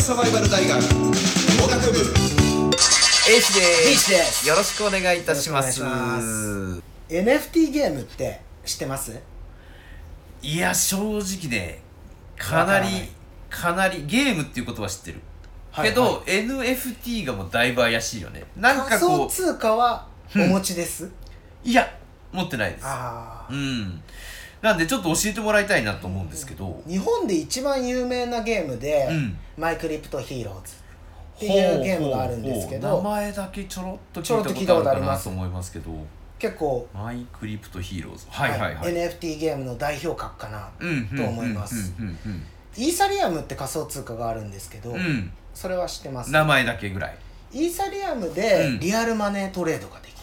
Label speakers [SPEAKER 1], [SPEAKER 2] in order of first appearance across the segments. [SPEAKER 1] サバイバル大学農学部
[SPEAKER 2] エイシです
[SPEAKER 3] ビーチです
[SPEAKER 2] よろしくお願いいたします
[SPEAKER 3] よろしくお願いし NFT ゲームって知ってます
[SPEAKER 2] いや正直ねかなり
[SPEAKER 3] わからない
[SPEAKER 2] かなりゲームっていうことは知ってる、
[SPEAKER 3] はい
[SPEAKER 2] けど、
[SPEAKER 3] は
[SPEAKER 2] NFT がもうだいぶ怪しいよねなんか
[SPEAKER 3] 仮想
[SPEAKER 2] こ
[SPEAKER 3] 通貨はお持ちです、
[SPEAKER 2] ういや持ってないです
[SPEAKER 3] あ
[SPEAKER 2] う
[SPEAKER 3] あ
[SPEAKER 2] んなんでちょっと教えてもらいたいなと思うんですけど
[SPEAKER 3] 日本で一番有名なゲームで、
[SPEAKER 2] うん
[SPEAKER 3] マイクリプトヒーローズっていうゲームがあるんですけ
[SPEAKER 2] ほう
[SPEAKER 3] ど
[SPEAKER 2] ほう名前だけちょろっと
[SPEAKER 3] ちょろっと
[SPEAKER 2] 聞
[SPEAKER 3] 聞
[SPEAKER 2] い
[SPEAKER 3] い
[SPEAKER 2] た
[SPEAKER 3] た
[SPEAKER 2] こ
[SPEAKER 3] ことと
[SPEAKER 2] あ
[SPEAKER 3] あ
[SPEAKER 2] るか
[SPEAKER 3] り
[SPEAKER 2] な
[SPEAKER 3] ま
[SPEAKER 2] と
[SPEAKER 3] す
[SPEAKER 2] 思いますけど
[SPEAKER 3] 結構、
[SPEAKER 2] マイクリプトヒーローズはいはいはい、
[SPEAKER 3] NFT ゲームの代表格かな、
[SPEAKER 2] うんうん
[SPEAKER 3] と思います
[SPEAKER 2] うんうん
[SPEAKER 3] イーサリアムって仮想通貨があるんですけど、
[SPEAKER 2] うんうん
[SPEAKER 3] それは知ってます
[SPEAKER 2] 名前だけぐらい
[SPEAKER 3] イーサリアム
[SPEAKER 2] う
[SPEAKER 3] で
[SPEAKER 2] ん
[SPEAKER 3] リアルマネートレードができ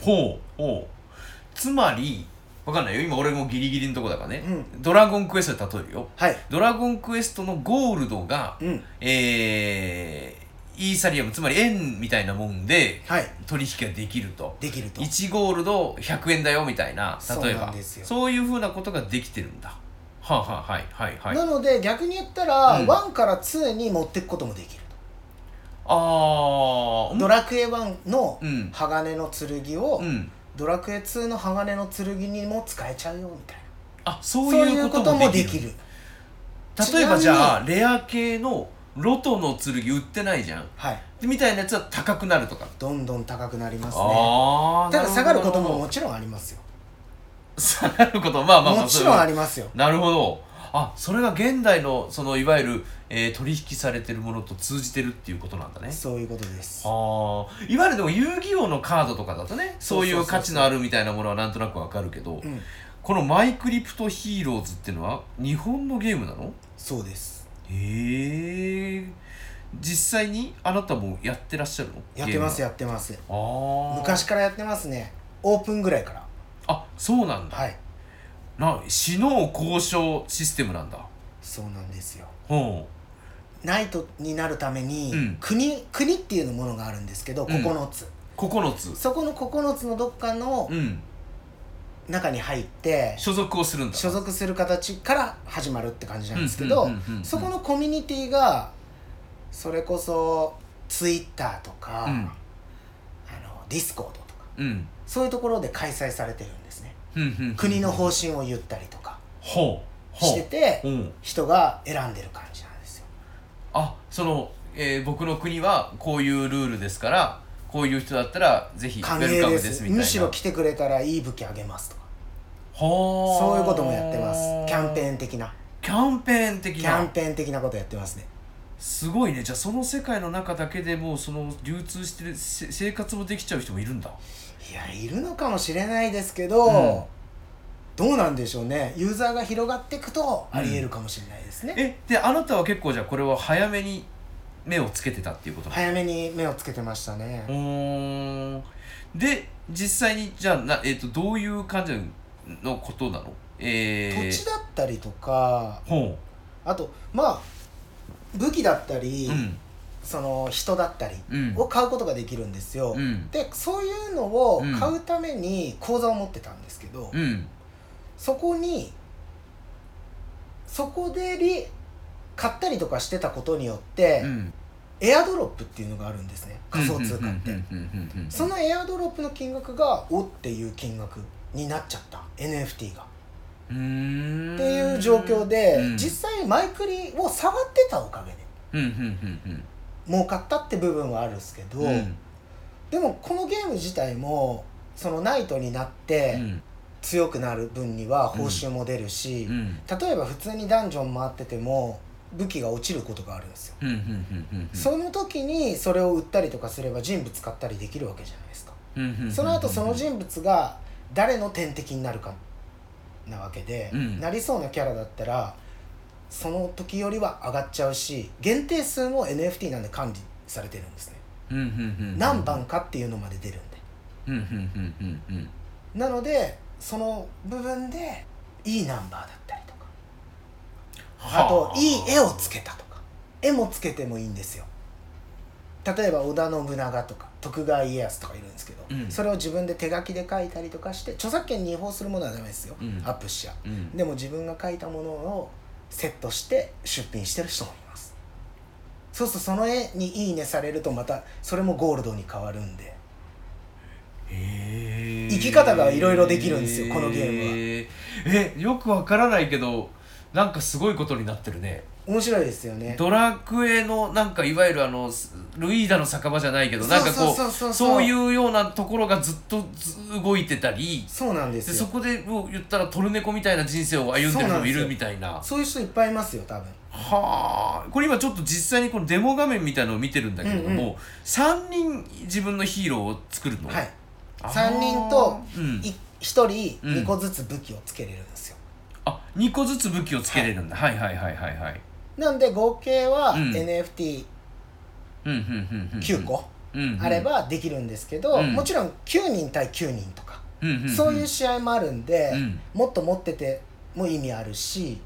[SPEAKER 2] ほうほうつまりわかんないよ今俺もギリギリのとこだからね、
[SPEAKER 3] う
[SPEAKER 2] ドラゴンクエストで例えるよ
[SPEAKER 3] るはい
[SPEAKER 2] ドラゴンクエストのゴールドが、
[SPEAKER 3] うん
[SPEAKER 2] えー、イーサリアムつまり円みたいなもんで
[SPEAKER 3] はい
[SPEAKER 2] 取引ができると
[SPEAKER 3] できると
[SPEAKER 2] 1ゴールド100円だよみたいな例え
[SPEAKER 3] そうな
[SPEAKER 2] ば
[SPEAKER 3] んですよ
[SPEAKER 2] そういうふうなことができてるんだはあ、はあ、はいはいはい
[SPEAKER 3] なので逆に言ったら、
[SPEAKER 2] うん
[SPEAKER 3] 1から2に持っていくこともできる
[SPEAKER 2] あ
[SPEAKER 3] と
[SPEAKER 2] ー
[SPEAKER 3] ドラクエ1の
[SPEAKER 2] うん
[SPEAKER 3] 鋼の剣を、
[SPEAKER 2] うん
[SPEAKER 3] ドラクエ2の鋼の剣にも使えちゃうよみたいな
[SPEAKER 2] あそういうこ
[SPEAKER 3] そ
[SPEAKER 2] ともできる例えば
[SPEAKER 3] ち
[SPEAKER 2] じ
[SPEAKER 3] なみに
[SPEAKER 2] ゃあレア系のロトの剣売ってないじゃん
[SPEAKER 3] はい
[SPEAKER 2] みたいなやつは高くなるとか
[SPEAKER 3] どんどん高くなりますね
[SPEAKER 2] ああ
[SPEAKER 3] ただ下がることももちろんありますよ
[SPEAKER 2] 下がることまあまあまあ
[SPEAKER 3] もちろんあ
[SPEAKER 2] り
[SPEAKER 3] りますよ
[SPEAKER 2] なるほどあそれが現代のそのいわゆる、えー取引されてるものと通じてるっていうことなんだね
[SPEAKER 3] そういうことです
[SPEAKER 2] ああいわゆるでも遊戯王のカードとかだとねそうい
[SPEAKER 3] そううそうそう
[SPEAKER 2] 価値のあるみたいなものはなんとなくわかるけど、
[SPEAKER 3] うん
[SPEAKER 2] このマイクリプトヒーローズっていうのは日本のゲームなの
[SPEAKER 3] そうです
[SPEAKER 2] へえ実際にあなたもやってらっしゃるの
[SPEAKER 3] やってます
[SPEAKER 2] よ
[SPEAKER 3] やってます
[SPEAKER 2] ああ
[SPEAKER 3] 昔からやってますねオープンぐらいから
[SPEAKER 2] あそうなんだ、
[SPEAKER 3] はい
[SPEAKER 2] な死の交渉システムなんだ
[SPEAKER 3] そうなんですよ
[SPEAKER 2] ほ
[SPEAKER 3] ナイトになるために、
[SPEAKER 2] うん
[SPEAKER 3] 国国っていうものがあるんですけ
[SPEAKER 2] う
[SPEAKER 3] ど、
[SPEAKER 2] ん
[SPEAKER 3] 9つ
[SPEAKER 2] う9つ
[SPEAKER 3] そこの9つのどっかの
[SPEAKER 2] うん
[SPEAKER 3] 中に入って、
[SPEAKER 2] 所属をするんだ
[SPEAKER 3] 所属する形から始まるって感じなんですけど、
[SPEAKER 2] うんうんうんうん
[SPEAKER 3] そこのコミュニティがそれこそツイッターとか、
[SPEAKER 2] うん
[SPEAKER 3] あのディスコードとか
[SPEAKER 2] うん
[SPEAKER 3] そういうところで開催されてるんですね、
[SPEAKER 2] ふんふんふん
[SPEAKER 3] 国の方針を言ったりとか
[SPEAKER 2] ほうほう
[SPEAKER 3] してて、
[SPEAKER 2] うん
[SPEAKER 3] 人が選んでる感じなんですよ
[SPEAKER 2] あその、えー僕の国はこういうルールですからこういう人だったらぜひウ
[SPEAKER 3] 歓
[SPEAKER 2] ェルカ
[SPEAKER 3] 迎
[SPEAKER 2] ムで
[SPEAKER 3] で
[SPEAKER 2] すすみたいな
[SPEAKER 3] むしろ来てくれたらいい武器あげますとか
[SPEAKER 2] ほ
[SPEAKER 3] そういうこともやってますキャンペー
[SPEAKER 2] ン
[SPEAKER 3] ン的な
[SPEAKER 2] キャンペーン的
[SPEAKER 3] キ
[SPEAKER 2] な
[SPEAKER 3] ャンペーン的なことやってますね
[SPEAKER 2] すごいねじゃあその世界の中だけでもうその流通してるせ生活もできちゃう人もいるんだ
[SPEAKER 3] いやいるのかもしれないですけど、
[SPEAKER 2] うん
[SPEAKER 3] どうなんでしょうねユーザーが広がっていくとありえるかもしれないですね、
[SPEAKER 2] えであなたは結構じゃあこれは早めに目をつけてたっていうことなの
[SPEAKER 3] 早めに目をつけてましたね、
[SPEAKER 2] うーんで実際にじゃあな、えー、とどういう感じのことなのえー、
[SPEAKER 3] 土地だったりとか
[SPEAKER 2] ほ
[SPEAKER 3] あとまあ武器だった
[SPEAKER 2] う
[SPEAKER 3] り、
[SPEAKER 2] うん
[SPEAKER 3] その人だったり
[SPEAKER 2] うん
[SPEAKER 3] を買うことができるんですよ、
[SPEAKER 2] うん
[SPEAKER 3] でそういうのを
[SPEAKER 2] うん
[SPEAKER 3] 買うために口座を持ってたんですけど、
[SPEAKER 2] うん
[SPEAKER 3] そこにそこでり買ったりとかしてたことによって、
[SPEAKER 2] うん
[SPEAKER 3] エアドロップっていうのがあるんですね仮想通貨って、
[SPEAKER 2] うんうんうんうんうん
[SPEAKER 3] そのエアドロップの金額が「お」っていう金額になっちゃった NFT が、
[SPEAKER 2] うーん
[SPEAKER 3] っていう状況で、
[SPEAKER 2] うん
[SPEAKER 3] 実際マイクリを触ってたおかげで
[SPEAKER 2] うんうんうん
[SPEAKER 3] 儲かったって部分はあるんですけど、
[SPEAKER 2] うんうん
[SPEAKER 3] でもこのゲーム自体もそのナイトになっ
[SPEAKER 2] う
[SPEAKER 3] て
[SPEAKER 2] ん
[SPEAKER 3] 強くなる分には報酬も出るし、
[SPEAKER 2] うん
[SPEAKER 3] 例えば普通にダンジョン回ってても武器が落ちることがあるんですよ、
[SPEAKER 2] うんうんうんうんうん
[SPEAKER 3] その時にそれを売ったりとかすれば人物買ったりできるわけじゃないですか
[SPEAKER 2] うんうんうんうん
[SPEAKER 3] その後その人物が誰の天敵になるかなわけで、
[SPEAKER 2] うん
[SPEAKER 3] なりそうなキャラだったらその時よりは上がっちゃうし限定数も NFT なんで管理されてるんですね、
[SPEAKER 2] うんうんうんうん
[SPEAKER 3] 何番かっていうのまで出るんで
[SPEAKER 2] うんうんうんうんうん
[SPEAKER 3] なのでその部分でいいナンバーだったりとかあといい絵をつけたとか絵もつけてもいいんですよ例えば織田信長とか徳川家康とかいるんですけど、
[SPEAKER 2] うん
[SPEAKER 3] それを自分で手書きで書いたりとかして著作権に違法するものはダメですよ、
[SPEAKER 2] うん
[SPEAKER 3] アップしちゃう
[SPEAKER 2] うん
[SPEAKER 3] でも自分が書いたものをセットして出品してる人もいますそうするとその絵に「いいね」されるとまたそれもゴールドに変わるんで
[SPEAKER 2] 生
[SPEAKER 3] 生き方がいろいろできるんですよこのゲームは
[SPEAKER 2] えよくわからないけどなんかすごいことになってるね
[SPEAKER 3] 面白いですよね
[SPEAKER 2] ドラクエのなんかいわゆるあのスルイーダの酒場じゃないけどなんかこう
[SPEAKER 3] そうそうそうそう
[SPEAKER 2] そういうようなところがずっとず動いてたり
[SPEAKER 3] そうなんです
[SPEAKER 2] で
[SPEAKER 3] よ
[SPEAKER 2] そこでもう言ったらトルネコみたいな人生を歩んでる人もいるみたいな
[SPEAKER 3] そういう人いっぱいいますよ多分
[SPEAKER 2] はあこれ今ちょっと実際にこのデモ画面みたいのを見てるんだけれど
[SPEAKER 3] うんう
[SPEAKER 2] も、三3人自分のヒーローを作るの、
[SPEAKER 3] はい
[SPEAKER 2] あー
[SPEAKER 3] 3人と
[SPEAKER 2] うん
[SPEAKER 3] い1人
[SPEAKER 2] うん
[SPEAKER 3] 2個ずつ武器をつけれるんですよ
[SPEAKER 2] あ2個ずつ武器をつけれるんだ、はい、はいはいはいはい
[SPEAKER 3] なんで合計は
[SPEAKER 2] うん
[SPEAKER 3] NFT9
[SPEAKER 2] うんうんうんうん
[SPEAKER 3] 個
[SPEAKER 2] うんうん
[SPEAKER 3] あればできるんですけど、
[SPEAKER 2] うん
[SPEAKER 3] もちろん9人対9人とか、
[SPEAKER 2] うんうんん
[SPEAKER 3] そういう試合もあるんで、
[SPEAKER 2] うん
[SPEAKER 3] もっと持ってても意味あるし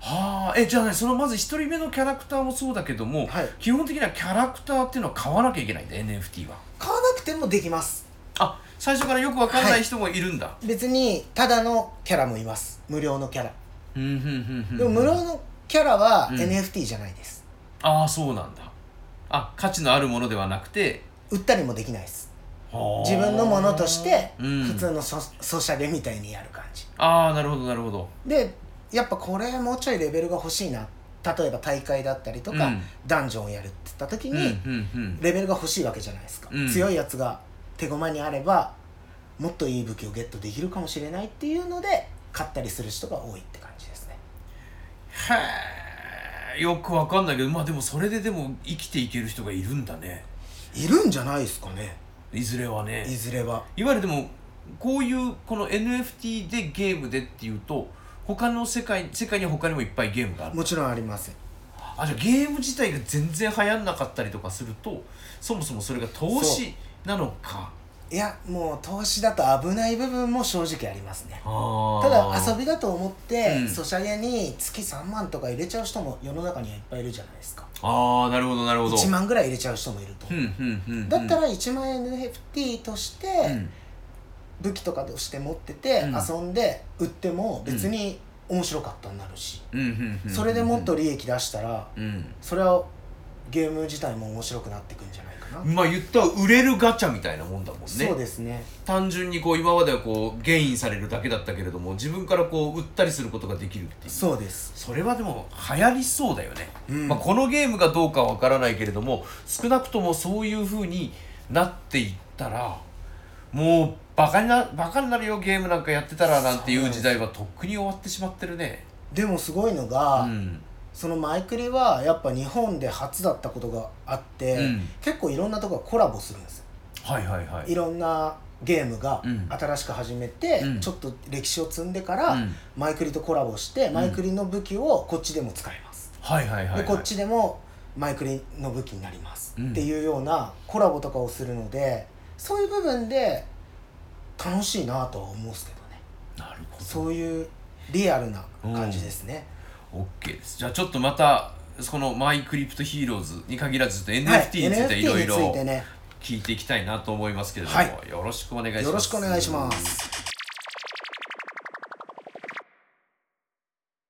[SPEAKER 2] はあえじゃあねそのまず1人目のキャラクターもそうだけども、
[SPEAKER 3] はい
[SPEAKER 2] 基本的にはキャラクターっていうのは買わなきゃいけないんだ NFT は
[SPEAKER 3] 買わなくてもできます
[SPEAKER 2] あ最初からよくわかんない人もいるんだ、
[SPEAKER 3] 別にただのキャラもいます無料のキャラ
[SPEAKER 2] うんうんうんうん
[SPEAKER 3] でも無料のキャラは
[SPEAKER 2] うん
[SPEAKER 3] NFT じゃないです、
[SPEAKER 2] ああそうなんだあ価値のあるものではなくて
[SPEAKER 3] 売ったりもできないです
[SPEAKER 2] はあ
[SPEAKER 3] 自分のものとして
[SPEAKER 2] うん
[SPEAKER 3] 普通のソ,、ソシャゲみたいにやる感じ
[SPEAKER 2] ああなるほどなるほど
[SPEAKER 3] でやっぱこれもうちょいレベルが欲しいな例えば大会だったりとか、
[SPEAKER 2] うん
[SPEAKER 3] ダンジョンをやるって言った時
[SPEAKER 2] うんう
[SPEAKER 3] に
[SPEAKER 2] んうん
[SPEAKER 3] レベルが欲しいわけじゃないですか、
[SPEAKER 2] うん
[SPEAKER 3] 強いやつが手駒にあればもっといい武器をゲットできるかもしれないっていうので買ったりする人が多いって感じですね
[SPEAKER 2] へえよくわかんないけどまあでもそれででも生きていける人がいるんだね
[SPEAKER 3] いるんじゃないですかね
[SPEAKER 2] いずれはね
[SPEAKER 3] いずれはい
[SPEAKER 2] わゆるでもこういうこの NFT でゲームでっていうと他の世界世界には他にもいっぱいゲームがある
[SPEAKER 3] もちろんあります
[SPEAKER 2] あじゃあゲーム自体が全然流行んなかったりとかするとそもそもそれが投資なのか
[SPEAKER 3] いやもう投資だと危ない部分も正直ありますねた
[SPEAKER 2] た
[SPEAKER 3] だ遊びだと思って、
[SPEAKER 2] うん
[SPEAKER 3] ソシャゲに月3万とか入れちゃう人も世の中にはいっぱいいるじゃないですか
[SPEAKER 2] ああなるほどなるほど
[SPEAKER 3] 1万ぐらい入れちゃう人もいると、
[SPEAKER 2] うんうんうんうん
[SPEAKER 3] だったら1万 NFT として
[SPEAKER 2] うん
[SPEAKER 3] 武器とかとして持ってて
[SPEAKER 2] うん
[SPEAKER 3] 遊んで売っても別に面白かったになるし、
[SPEAKER 2] うんうんうん
[SPEAKER 3] それでもっと利益出したら
[SPEAKER 2] うん
[SPEAKER 3] それはゲーム自体も面白くなってくんじゃないかな、
[SPEAKER 2] まあ言ったら売れるガチャみたいなもんだもんね
[SPEAKER 3] そうですね
[SPEAKER 2] 単純にこう今まではこうゲインされるだけだったけれども自分からこう売ったりすることができるっていう
[SPEAKER 3] そうです
[SPEAKER 2] それはでも流行りそうだよね、
[SPEAKER 3] うん
[SPEAKER 2] まあ、このゲームがどうかはわからないけれども少なくともそういうふうになっていったらもうバカになバカになるよゲームなんかやってたらなんていう時代はとっくに終わってしまってるね
[SPEAKER 3] でもすごいのが、
[SPEAKER 2] うん
[SPEAKER 3] そのマイクリはやっぱ日本で初だったことがあって、
[SPEAKER 2] うん
[SPEAKER 3] 結構いろんなとこがコラボするんですよ
[SPEAKER 2] はいはいはい
[SPEAKER 3] いろんなゲームが
[SPEAKER 2] うん
[SPEAKER 3] 新しく始めて、
[SPEAKER 2] うん
[SPEAKER 3] ちょっと歴史を積んでから、
[SPEAKER 2] うん
[SPEAKER 3] マイクリとコラボして、マイクリの武器をこっちでも使えます、
[SPEAKER 2] はいはいはいはい
[SPEAKER 3] でこっちでもマイクリの武器になります、
[SPEAKER 2] うん
[SPEAKER 3] っていうようなコラボとかをするのでそういう部分で楽しいなとは思うんですけどね
[SPEAKER 2] なるほど
[SPEAKER 3] そういうリアルな感じですね、
[SPEAKER 2] OK ですじゃあちょっとまたこのマイクリプトヒーローズに限らずちょっと
[SPEAKER 3] はい
[SPEAKER 2] NFT についていろい
[SPEAKER 3] NFT につい
[SPEAKER 2] ろ
[SPEAKER 3] てね
[SPEAKER 2] 聞いていきたいなと思いますけれども、
[SPEAKER 3] はい
[SPEAKER 2] よろしくお願いします
[SPEAKER 3] よろしくお願いします